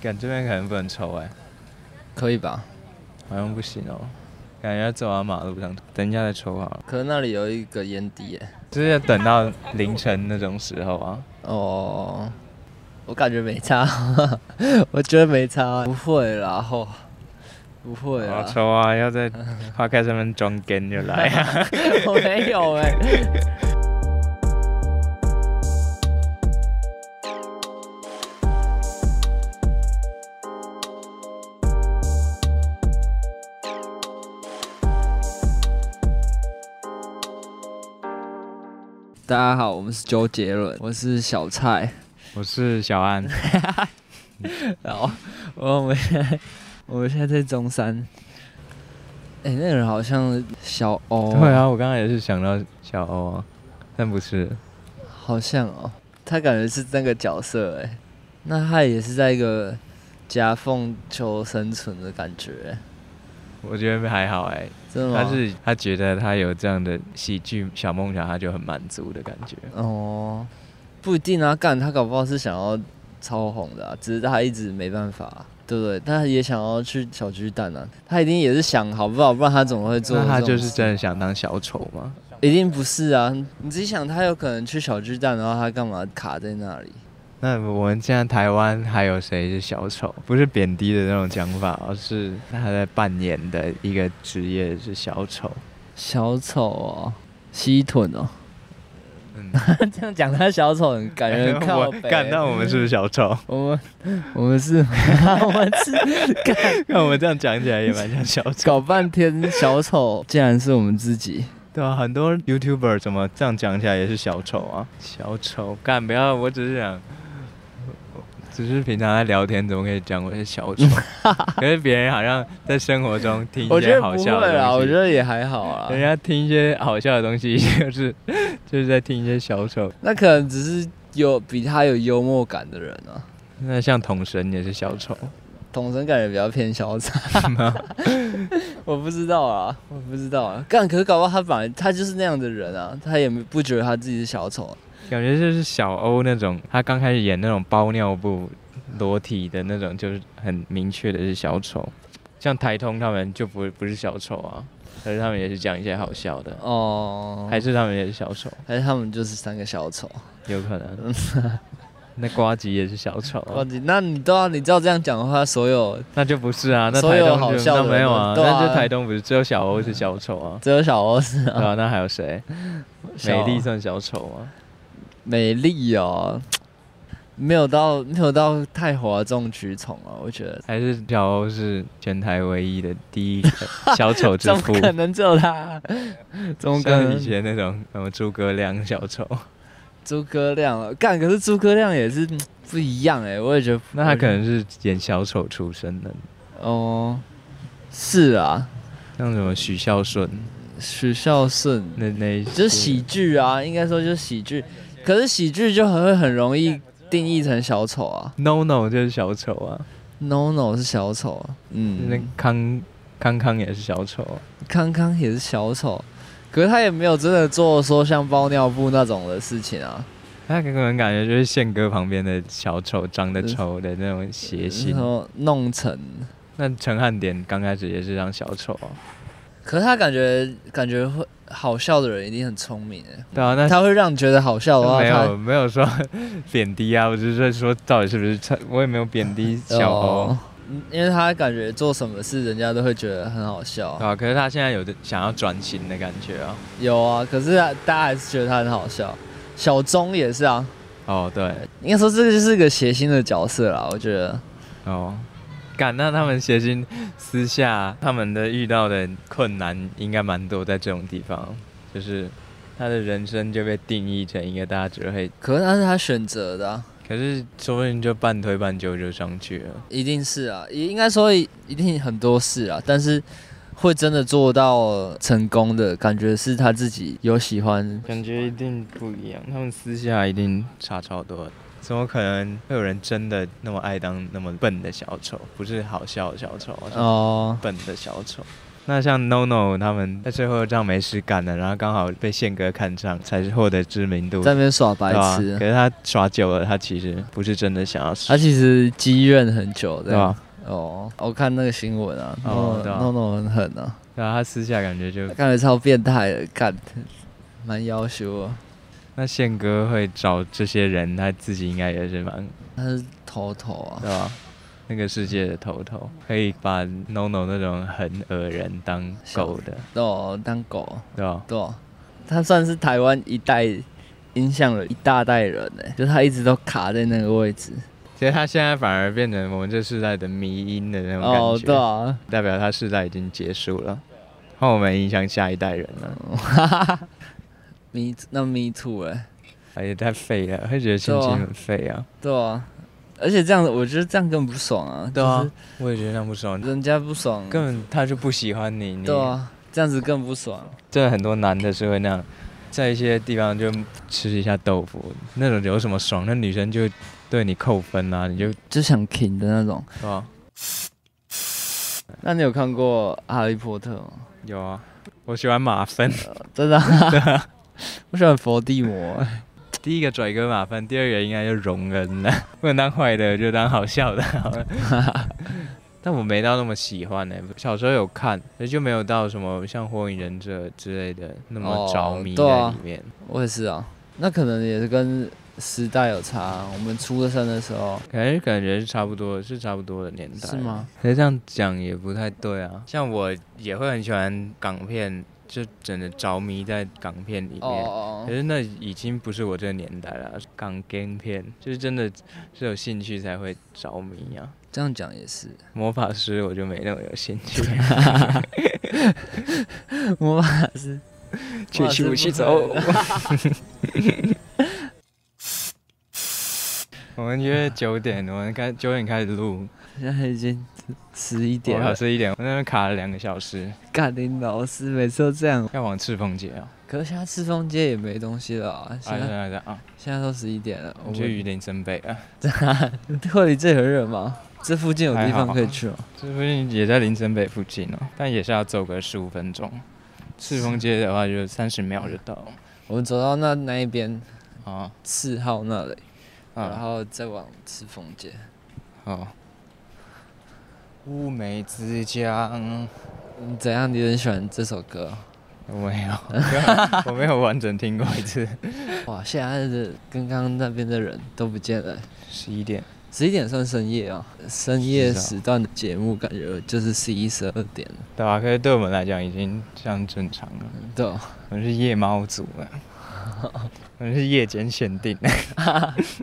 感这边可能不能抽哎、可以吧？好像不行哦、感觉要走到马路上，等一下再抽好了。可是那里有一个烟蒂耶。就是要等到凌晨那种时候啊。哦，我感觉没差， 我觉得没差，不会啦，吼，不会好啦，抽啊，要 在花开上面装根就哎来啊。我没有哎、大家好，我们是周杰伦，我是小蔡，我是小安，然后我们现在我们现在在中山。哎、那个人好像小哦欧，对啊，我刚刚也是想到小欧啊，但不是，好像哦，他感觉是那个角色哎，那他也是在一个夹缝求生存的感觉欸，我觉得还好哎、真的吗？他是他觉得他有这样的喜剧小梦想，他就很满足的感觉。哦，不一定啊，干他搞不好是想要超红的、啊，只是他一直没办法啊、对不对？他也想要去小巨蛋啊，他一定也是想好不好，不然他怎么会做这那他种事？就是真的想当小丑吗？一定不是啊！你自己想，他有可能去小巨蛋，然后他干嘛卡在那里？那我们现在台湾还有谁是小丑？不是贬低的那种讲法，而是他在扮演的一个职业是小丑。小丑哦，吸臀哦，嗯， 这样讲他小丑，感觉很靠 我北干，那我们是不是小 丑？我们我们是， 我们 是干那我们这样讲起来也蛮像小丑。搞半天小丑，竟然是我们自己。对啊，很多 YouTuber 怎么这样讲起来也是小丑啊？小丑，干不要！我只是想，只是平常在聊天，怎么可以讲我是小 丑？可是别人好像在生活中听我一觉些得好不笑会啦，的我觉东西，得也还好啊人啦。家听一些好笑的东西， 就是就是在听一些小丑。那可能只是有比他有幽默感的人啊，那像统神也是小丑，统神感觉比较偏潇洒。 我不知道啊，我不知道啊。干，可是搞不好他本来他就是那样的人啊，他也没不觉得他自己是小丑啊、感觉就是小欧那种，他刚开始演那种包尿布、裸体的那种，就是很明确的是小丑。像台通他们就不不是小丑啊，可是他们也是讲一些好笑的，哦，还是他们也是小丑，还是他们就是三个小丑。有可 能。那瓜吉也是小丑、忘啊，记，那你都要你照这样讲的话，所有那就不是啊，那所台有东好就笑的那没有啊，对啊那就台东不是只有小欧是小丑啊，只有小哦 欧是对啊，那还有谁？小美欧丽算小丑吗？美丽哦，没有到没有到太哗众取宠啊，我觉得。还是小欧是全台唯一的第一个 小丑之怎么父？可能只 有他？怎么可像以能？前那种什么诸葛亮小丑，诸葛亮啊干，可是诸葛亮也是不一样哎、我也觉得 那他可能是演小丑出身的，哦，是啊，像什么许孝顺许孝顺那那一就些是喜剧啊，应该说就是喜剧，可是喜剧就很会很容易定义成小丑啊 no no 就是小丑啊， ，no no 是小丑啊，那嗯，康康康也是小丑啊、康康也是小丑，可是他也没有真的做说像包尿布那种的事情啊，他可能感觉就是宪哥旁边的小丑，长得丑的那种邪性然。后弄成，那陈汉典刚开始也是当小丑啊，可是他感觉感觉会好笑的人一定很聪明哎，对啊，那他会让你觉得好笑的话，没有哦他没有说 贬低啊，我只是在说到底是不是他，我也没有贬低小欧。哦因为他感觉做什么事人家都会觉得很好笑，对啊，可是他现在有的想要转型的感觉啊。有啊，可是大家还是觉得他很好笑，小钟也是啊。哦，对，应该说这个就是个谐星的角色啦，我觉得哦，感那他们谐星私下他们的遇到的困难应该蛮多，在这种地方，就是他的人生就被定义成一个大家只会，可是那是他选择的啊、可是说不定就半推半就就上去了。一定是啊，也应该说一定很多事啊，但是会真的做到成功的感觉是他自己有喜欢，感觉一定不一样，他们私下一定差超多。怎么可能会有人真的那么爱当那么笨的小丑？不是好笑的小丑，是哦、笨的小丑。那像 NONO 他们在最后这样没事干了，然后刚好被宪哥看上，才是获得知名度，在那边耍白对啊吧？痴，可是他耍久了，他其实不是真的想要他死，其实积怨很久的对。吧？哦，我看那个新闻啊，哦弄对啊弄弄很狠啊，然后他私下感觉就感觉超变态的，干，蛮要求啊，那宪哥会找这些人，他自己应该也是蛮他是头头啊，对吧？那个世界的头头可以把 NONO 那种很恶人当狗的，哦，当狗，对吧？对啊，他算是台湾一代影响了一大代人呢、就他一直都卡在那个位置，其实他现在反而变成我们这世代的迷音的那种感觉，哦，对啊，代表他世代已经结束了，换我们影响下一代人了，嗯迷那 me too 哎、而且太废了，会觉得心情很废啊。对啊，而且这样子，我觉得这样更不爽啊，就，我也觉得那样不爽是，人家不爽，根本他就不喜欢你，你对啊，这样子更不爽，真的很多男的是会那样，在一些地方就吃一下豆腐，那种有什么爽？那女生就对你扣分啊，你就就想停的那种。是吧？那你有看过《哈利波特》吗？有啊，我喜欢马粪，真的、啊， 我喜欢伏地魔。 第一个拽哥马粪，第二个应该就容恩了， 不能当坏的就当好笑的 好了。但我没到那么喜欢呢、小时候有看，可是就没有到什么像《火影忍者》之类的那么哦着迷对在啊里面。我也是啊，那可能也是跟时代有差。我们出生的时候可能感觉是差不多，是差不多的年代，是吗？可是这样讲也不太对啊。像我也会很喜欢港片，就整的着迷在港片里面。哦哦可哦，是那已经不是我这个年代了，港港片就是真的是有兴趣才会着迷啊。这样讲也是。魔法师我就没那么有兴 趣，魔法师，去去去走。 我们约九点，我们开九点开始录，现在已经十一点点了了，是一点，我在那边卡了两个小时，干林老师每次都这样。要往赤峰街啊，可是现在赤峰街也没东西了啊，啊现对在对对啊，现在都十一点了。我我们去们 榆林森北啊，特里这里很热吗？这附近有地还方好可以去吗？这附近也在林森北附近哦，但也是要走个十五分钟。赤峰街的话就三十秒就到了我们走到那那一边啊四号那里，然啊后再往赤峰街。好。乌梅之江，你嗯怎样？你很喜欢这首歌哦？我没有，我没有完整听过一次。哇，现在的跟刚刚那边的人都不见了。十一点，十一点算深夜啊，深夜是啊时段的节目感觉就是十一、十二点了，对啊吧、可是对我们来讲已经像正常了。对哦、我们是夜猫族啊，我们是夜间限定，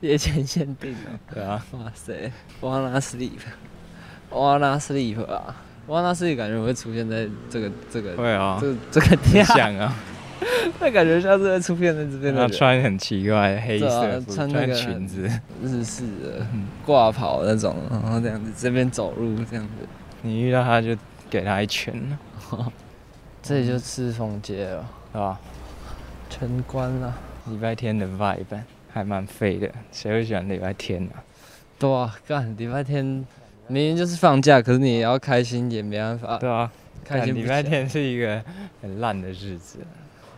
夜间限定哦。对啊，哇塞，Wanna Sleep，Wanna Sleep 啊，Wanna Sleep 感觉会出现在这个这个、会啊，这个这个很地下，像啊。那感觉像是会出现在这然边的后人，穿很奇怪，黑对啊色服，穿穿那个裙子。日式的挂袍那种，然后这样子这边走路这样子，你遇到他就给他一拳，这里就赤峰街了，是吧？全关啊了。礼拜天的 vibe 还蛮废的，谁会喜欢礼拜天啊？对啊，干礼拜天，明明就是放假，可是你也要开心，也没办法，对啊，开 但心不礼起拜来。天是一个很烂的日子，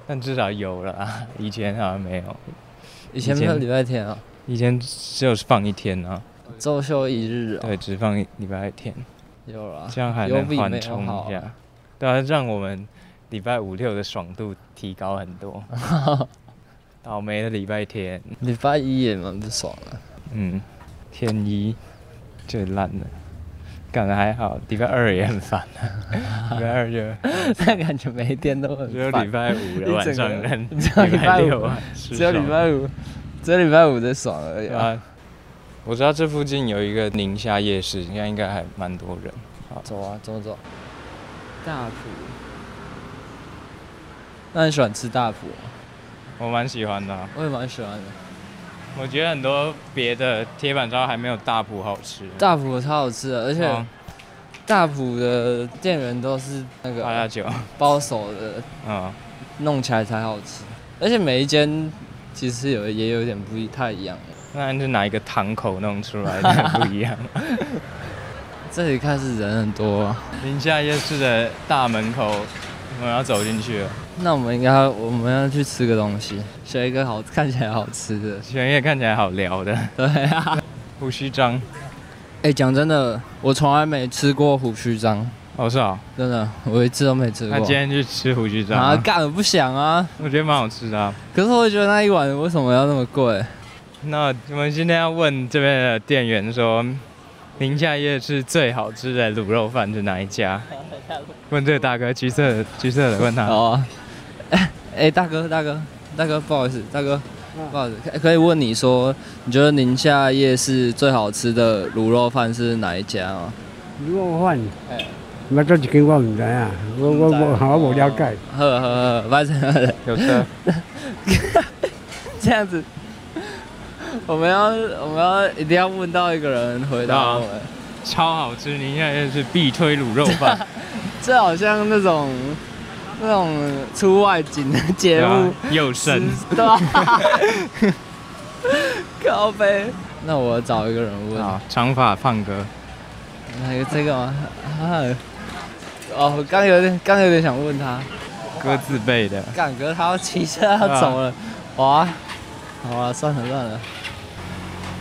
但至少有了啊，以前好像没有，以前以没有前礼拜天啊，以前只有放一天啊，周休一日啊，对，只放一礼拜天，有啦，这样还有能比没缓有冲好啊一下，对啊，让我们礼拜五六的爽度提高很 多。倒霉的礼拜天，礼拜一也蛮不爽的、嗯，天一最烂的，感觉还好，礼拜二也很烦、 啊，礼拜二就但 感觉每一天都只有很礼烦，拜五的一晚整上个跟只有礼拜拜五六啊，只有礼拜五，只有礼拜五在爽而已、对啊。啊。我知道这附近有一个宁夏夜市，应该应该还蛮多人。走啊，走走。大埔，那你喜欢吃大埔吗？我蛮喜欢的啊、我也蛮喜欢的。我觉得很多别的铁板烧还没有大埔好吃。大埔超好吃的，而且啊大埔的店员都是那八个加九，包手的，嗯，弄起来才好吃。而且每一间其实有也有点不一太一样， 那就拿一个堂口弄出来的不一样。这里开始人很多、啊，宁夏夜市的大门口，我们要走进去了。那我们应该我们要去吃个东西，选一个好看起来好吃的。全夜看起来好聊的，对啊，胡须章，哎、讲真的，我从来没吃过胡须章，好是啊。真的，我一次都没吃他过。今天去吃胡须章、啊，啊，干我不想啊！我觉得蛮好吃的、啊。可是我觉得那一碗为什么要那么贵？那我们今天要问这边的店员说，宁夏夜市最好吃的卤肉饭是哪一 家？问这个大哥，橘色的，橘色的，问他。哦、啊，哎、哎大哥，大哥，大哥，不好意思，大哥，不好意思，可可以问你说，你觉得宁夏夜市最好吃的卤肉饭是哪一家啊吗？如果我問誒，哎咪都自己我唔知啊，我我我我冇了哦解。呵呵呵，反正有车，这样子， 我们要我们要一定要问到一个人回答我们。超好吃！宁夏夜市必推卤肉 饭，这好像那种那种出外景的节对啊吧目，又深。对吧？ 靠背。那我找一个人问，好，长发胖哥，哪个这个吗？啊，哦，我刚有点刚有点想问他，哥字辈的，干哥他要骑车要走啊了，哇，好啊，算了算了，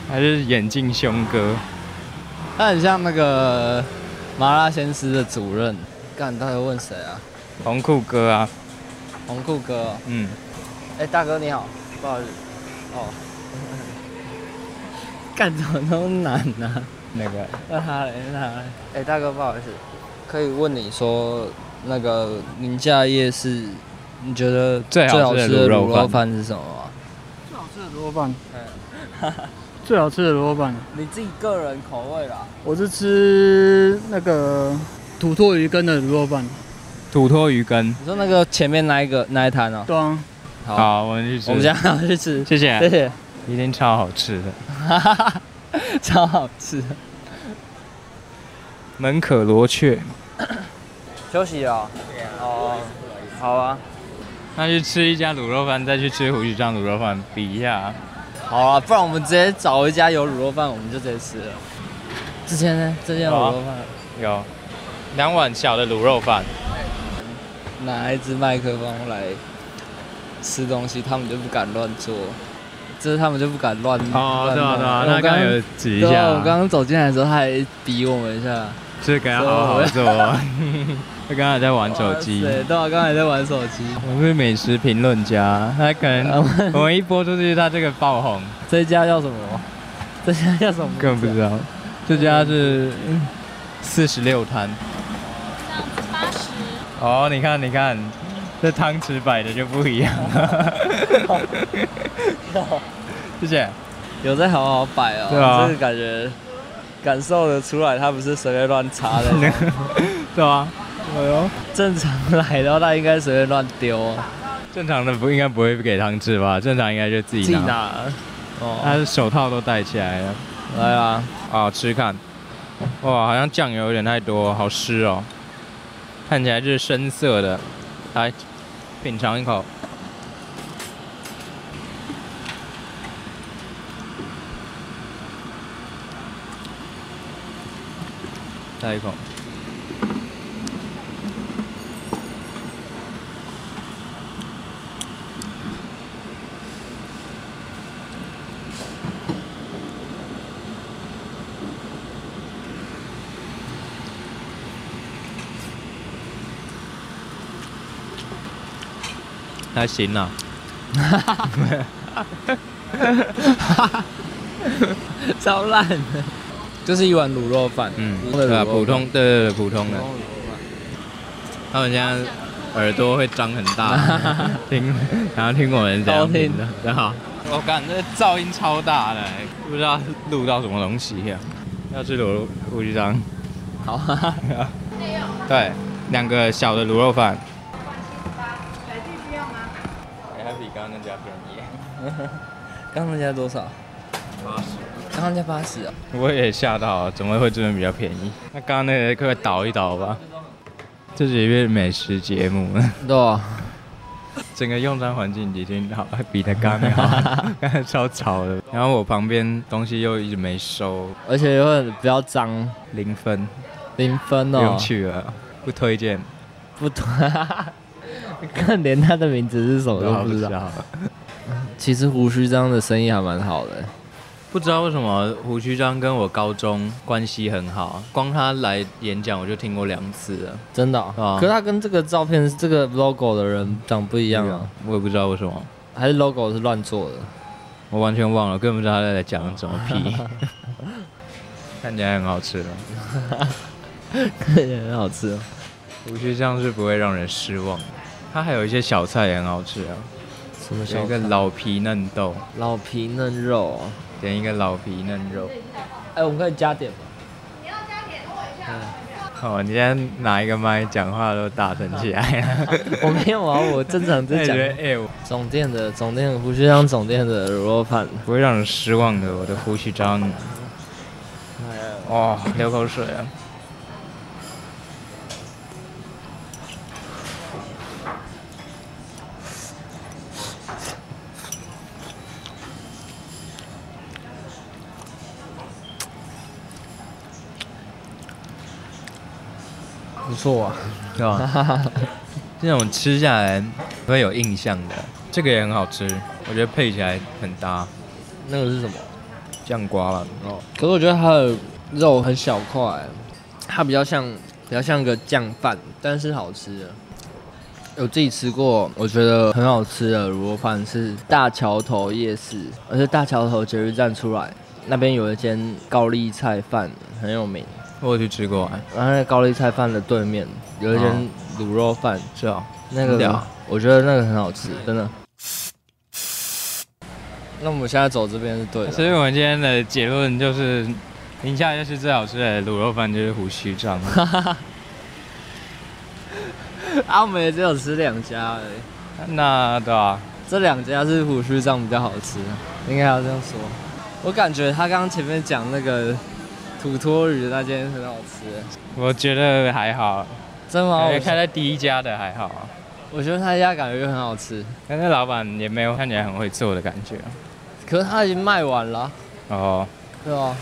还是眼镜兄哥？他很像那个麻辣鲜师的主任。干，到底问谁啊？红裤哥啊，红裤哥哦、嗯，哎、大哥你好，不好意思，哦， 干什么都难啊，那个那他嘞，那他嘞，哎、大哥不好意思，可以问你说那个宁夏夜市，你觉得最好吃的吃的卤肉卤肉饭饭是什么吗？最好吃的萝卜饭，哎 最好吃的萝卜饭，你自己个人口味啦，我是吃那个土托鱼羹的卤肉饭。土托鱼羹。你说那个前面那一个那一摊哦、对啊，好，好，我们去吃。我们现在要去吃，谢谢 谢，谢，一定超好吃的。哈哈哈，超好吃的，门可罗雀，休息了、哦，好啊，那去吃一家卤肉饭，再去吃胡须章卤肉饭，比一下。好啊，不然我们直接找一家有卤肉饭，我们就直接吃了。之前呢，这间有卤肉饭、有两碗小的卤肉饭，拿一支麦克风来吃东西，他们就不敢乱做，这是他们就不敢乱。哦，乱对啊弄对啊，我那刚刚有指一下对啊啊，我，刚刚走进来的时候，他还比我们一下。这个要好好做。 他刚才在玩手机，对，对啊，刚才在玩手机。我是美食评论家，他可啊能我们一播出去，他这个爆红，这一家叫什么？ 这家叫什么？根本不知道。这家是嗯四十六摊，八十，哦，你看你看，这汤匙摆的就不一样。 哦谢谢。有在好好摆哦。对啊这个感觉感受得出来，他不是随便乱插的。 对啊，哎呦，正常来的话，他应该随便乱丢哦。正常的不应该不会给汤匙吧？正常应该就自己自己拿。拿。他哦，的手套都戴起来了。来啊！啊，吃看，哇，好像酱油有点太多，好湿哦。看起来是深色的，来品尝一口。再一口。还行啊啦、超烂的，就是一碗卤肉饭，嗯，普通的对啊，卤肉普通，对对对，普通普的通。卤肉饭他们现在耳朵会张很 大，听，然后听我们怎样评的，然后我感觉哦噪音超大的，不知道录到什么东西呀、要吃卤肉胡须章，好哈哈， 对，两个小的卤肉饭。还比刚刚那家便宜，刚刚加多少？刚刚加八十啊！我也吓到了，怎么会这边比较便宜？那刚刚那个快倒一倒吧，这是一个美食节目， 对啊，整个用餐环境已经好，比他刚才 好，刚才超吵的。然后我旁边东西又一直没收，而且又很比较脏，零分，零分不哦用，去了，不推荐，不懂， 看连他的名字是什么我都啊不不知道。道。其实胡须章的生意还蛮好的，不知道为什么胡须章跟我高中关系很好，光他来演讲我就听过两次了。真的、啊哦。可是他跟这个照片、这个 logo 的人长不一一样啊，，我也不知道为什么，还是 logo 是乱做的？我完全忘了，根本不知道他在讲什么屁。看起来很好吃啊的， 很好吃、哦。胡须章是不会让人失望的。他还有一些小菜也很好吃啊，什么有小一个老皮嫩豆，老皮嫩肉、哦？点一个老皮嫩肉。哎、我们可以加点吗？哦，你现在拿一个麦讲话都大声起来了， 我没有啊，我正常真在的讲觉。得哎、我总店的总店胡须章总店的卤肉饭，不会让人失望的，我的胡须章。哎哦，流口水啊！不错啊。对吧？哦这种吃下来会有印象的，这个也很好吃，我觉得配起来很搭， 那个是什么？哦酱瓜了。可是我觉得它的肉很小块，欸它比较像比较像个酱饭，但是好吃的。我自己吃过，我觉得很好吃的卤肉饭是大桥头夜市，而且大桥头捷运站出来那边有一间高丽菜饭很有名，我有去吃过、啊，然后那高丽菜饭的对面有一间哦卤肉饭，是哦，那很个屌我觉得那个很好吃，真的。 那我们现在走这边是对所的，以我们今天的结论就是，宁夏夜市最好吃的卤肉饭就是胡须 章。 啊，我们也只有吃两家而已。那对吧、啊这两家是胡须章比较好吃，应该要这样说。我感觉他刚刚前面讲那个土托鱼那间很好吃，我觉得还好，真的吗？感哦我觉开在第一家的还好啊，我觉得他家感觉就很好吃，但是老板也没有看起来很会做的感觉。可是他已经卖完了啊，哦，对吧？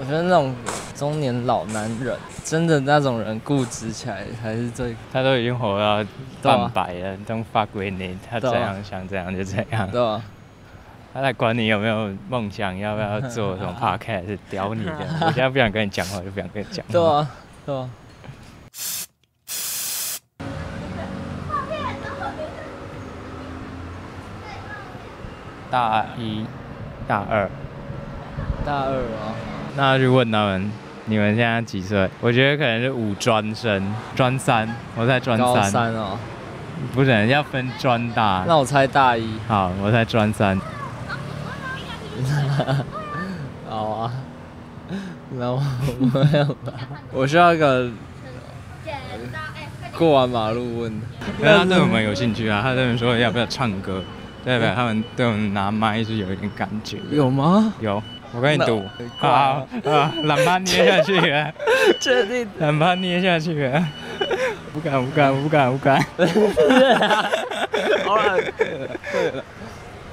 我觉得那种中年老男人，真的那种人固执起来才是最他都已经活到对啊半百了，都发给你，他对怎啊样想怎样就怎样。对啊吧？他来管你有没有梦想，要不要做什 么 podcast，屌你的！我现在不想跟你讲话，就不想跟你讲话。对啊，对啊。大一、大二，大二啊，那就问他们，你们现在几岁？我觉得可能是五专生，专三，我在专高三，三哦，不是要分专大。那我猜大一。 好，我在专三，好啊，那我没有吧？ 我需要一个剪刀，哎，快点！过完马路问，因为他对我们有兴趣啊，他对我们说要不要唱歌，代表他们对我们拿麦是有一点感觉的。嗯 有吗？有，我跟你那赌很，怪好啊啊，懒趴捏下去 了。确定？懒趴捏下去啊了，不敢不敢不敢不敢。好了，对了。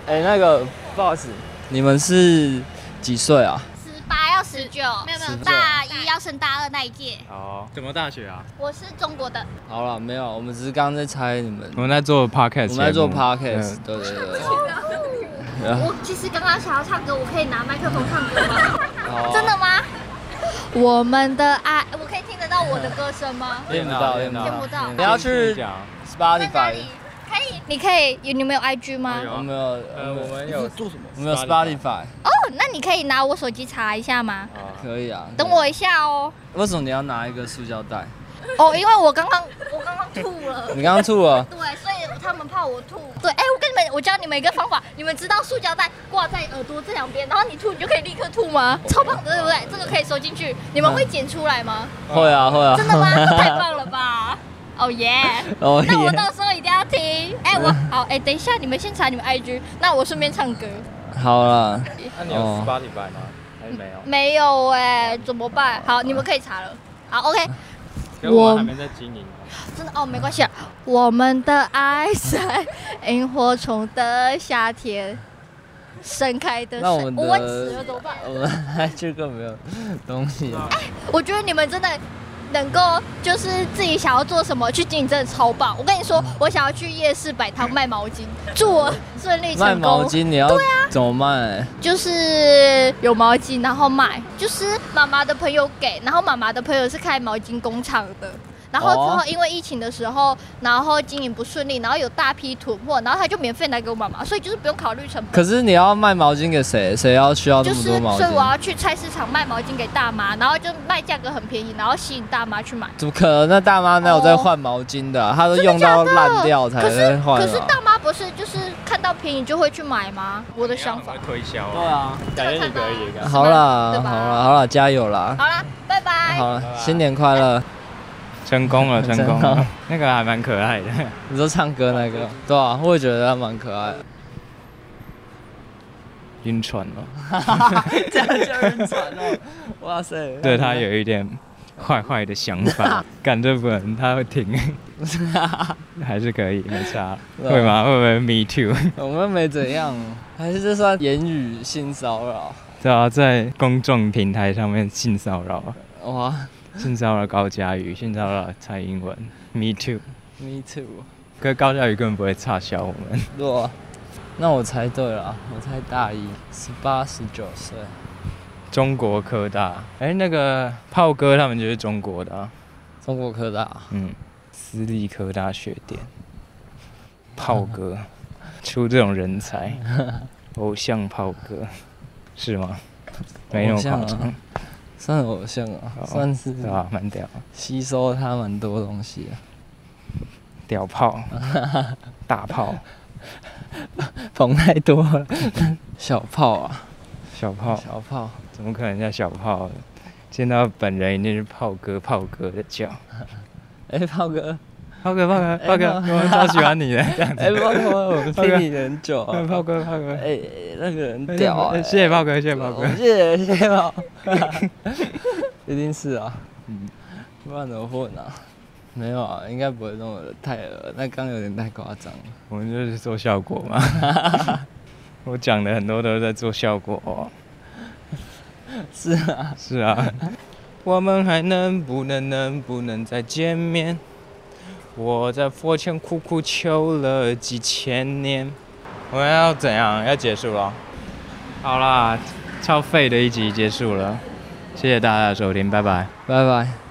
哎、那个 boss，你们是几岁啊？十八要十九，没有没有， 19大一要升大二那一届。哦，什么大学啊？我是中国的，好了，没有，我们只是刚刚在猜你们。我们在做 podcast，我们在做嗯节目嗯 podcast，对对对。啊我其实刚刚想要唱歌，我可以拿麦克风唱歌吗？好啊真的吗？我们的爱，我可以听得到我的歌声吗？对听不到听不到听不到嗯你要去讲。在哪 Spotify，里？可以，你可以，你们有 IG 吗？有哦，啊我们有，呃，我呃啊们有做什么？我们有 Spotify，那你可以拿我手机查一下吗？可以啊。等我一下哦。为什么你要拿一个塑胶袋？哦，因为我刚刚我刚刚吐了。你刚刚 吐了。对，所以他们怕我吐。对，哎、我跟你们，我教你们一个方法，你们知道塑胶袋挂在耳朵这两边，然后你吐，你就可以立刻吐吗？ 超棒的，对不对？这个可以收进去，你们会剪出来吗？会哦啊会啊。 真 的吗？太棒了 吧！哦耶！ 哦那我耶！到时候一定要 听。哎、我好，哎、等一下，你们先查你们 IG，那我顺便唱歌。好了，那你有哦啊 Spotify 吗？还是没有？没有哎、怎么办？好，你们可以查了。好，OK，可我我还没在经营。真的哦，没关系啊。我们的爱在萤火虫的夏天盛开的那我盛们的呃哦我问死了怎么办？ 我们还这个没有东西啊，我觉得你们真的能够就是自己想要做什么去经营，真的超棒。我跟你说，我想要去夜市摆摊卖毛巾，祝我顺利卖成毛功。巾你要啊怎么卖？就是有毛巾，然后卖，就是妈妈的朋友给，然后妈妈的朋友是开毛巾工厂的。然后之哦后因为疫情的时候，然后经营不顺利，然后有大批囤货，然后他就免费拿给我妈妈，所以就是不用考虑成本。可是你要卖毛巾给谁？谁要需要就那么是多毛所以我巾？要去菜市场卖毛巾给大妈，然后就卖价格很便宜，然后吸引大妈去买。怎么可能？那大妈哪有在换毛巾的啊？她都用到烂掉才可在是换可是啊。大妈不是就是看到便宜就会去买吗？我的想你。法要很会推销对啊，啊，感觉你可以的。好啦，对好吧啦，好啦，加油啦！好啦，拜拜。好了，新年快乐！成功了，成功成功了，那个还蛮可爱的。你说唱歌那个，对啊，我也觉得他蛮可 爱的。晕船了，这样就晕船了，哇塞！对他有一点坏坏的想法，干这不能，他会停， 还是可以，没差，对啊会吗？会不会 me too？ 我们没怎样，还是这算言语性骚扰？对啊，在公众平台上面性骚扰，哇性骚扰高佳瑜，性骚扰蔡英文，me too。 ，me too，可是高佳瑜根本不会差小我们，对啊那我猜对了，我猜大一，十八十九岁，中国科大，哎、那个炮哥他们就是中国的、啊，中国科大，嗯，私立科大学店，炮哥，出这种人才， 偶像炮哥，是吗？没有偶夸像啊张，算偶像啊，好算是对吧？蛮屌，吸收了他蛮多东西的，屌 炮，大炮，捧太 多了，小炮啊，小炮，小炮，怎么可能叫小炮？见到本人一定是炮哥，炮哥的叫，哎、炮哥，炮哥，炮哥，炮哥，哎我超喜欢你 的，这样子哎、炮哥，我炮哥听你很久啊， 炮哥，炮哥哎、，那个人屌啊、哎谢谢炮哥，谢谢炮哥哦。谢谢谢谢炮， 一定是啊，嗯，不然怎么混啊？没有啊，应该不会那么太恶，那刚有点太夸张了。我们就是做效果 嘛。我讲的很多都是在做效果、哦。 是啊，是啊，我们还能不能能不能再见面？我在佛前苦苦求了几千年。我们要怎样？要结束了？好啦，超废的一集结束了，谢谢大家的收听，拜拜。拜拜。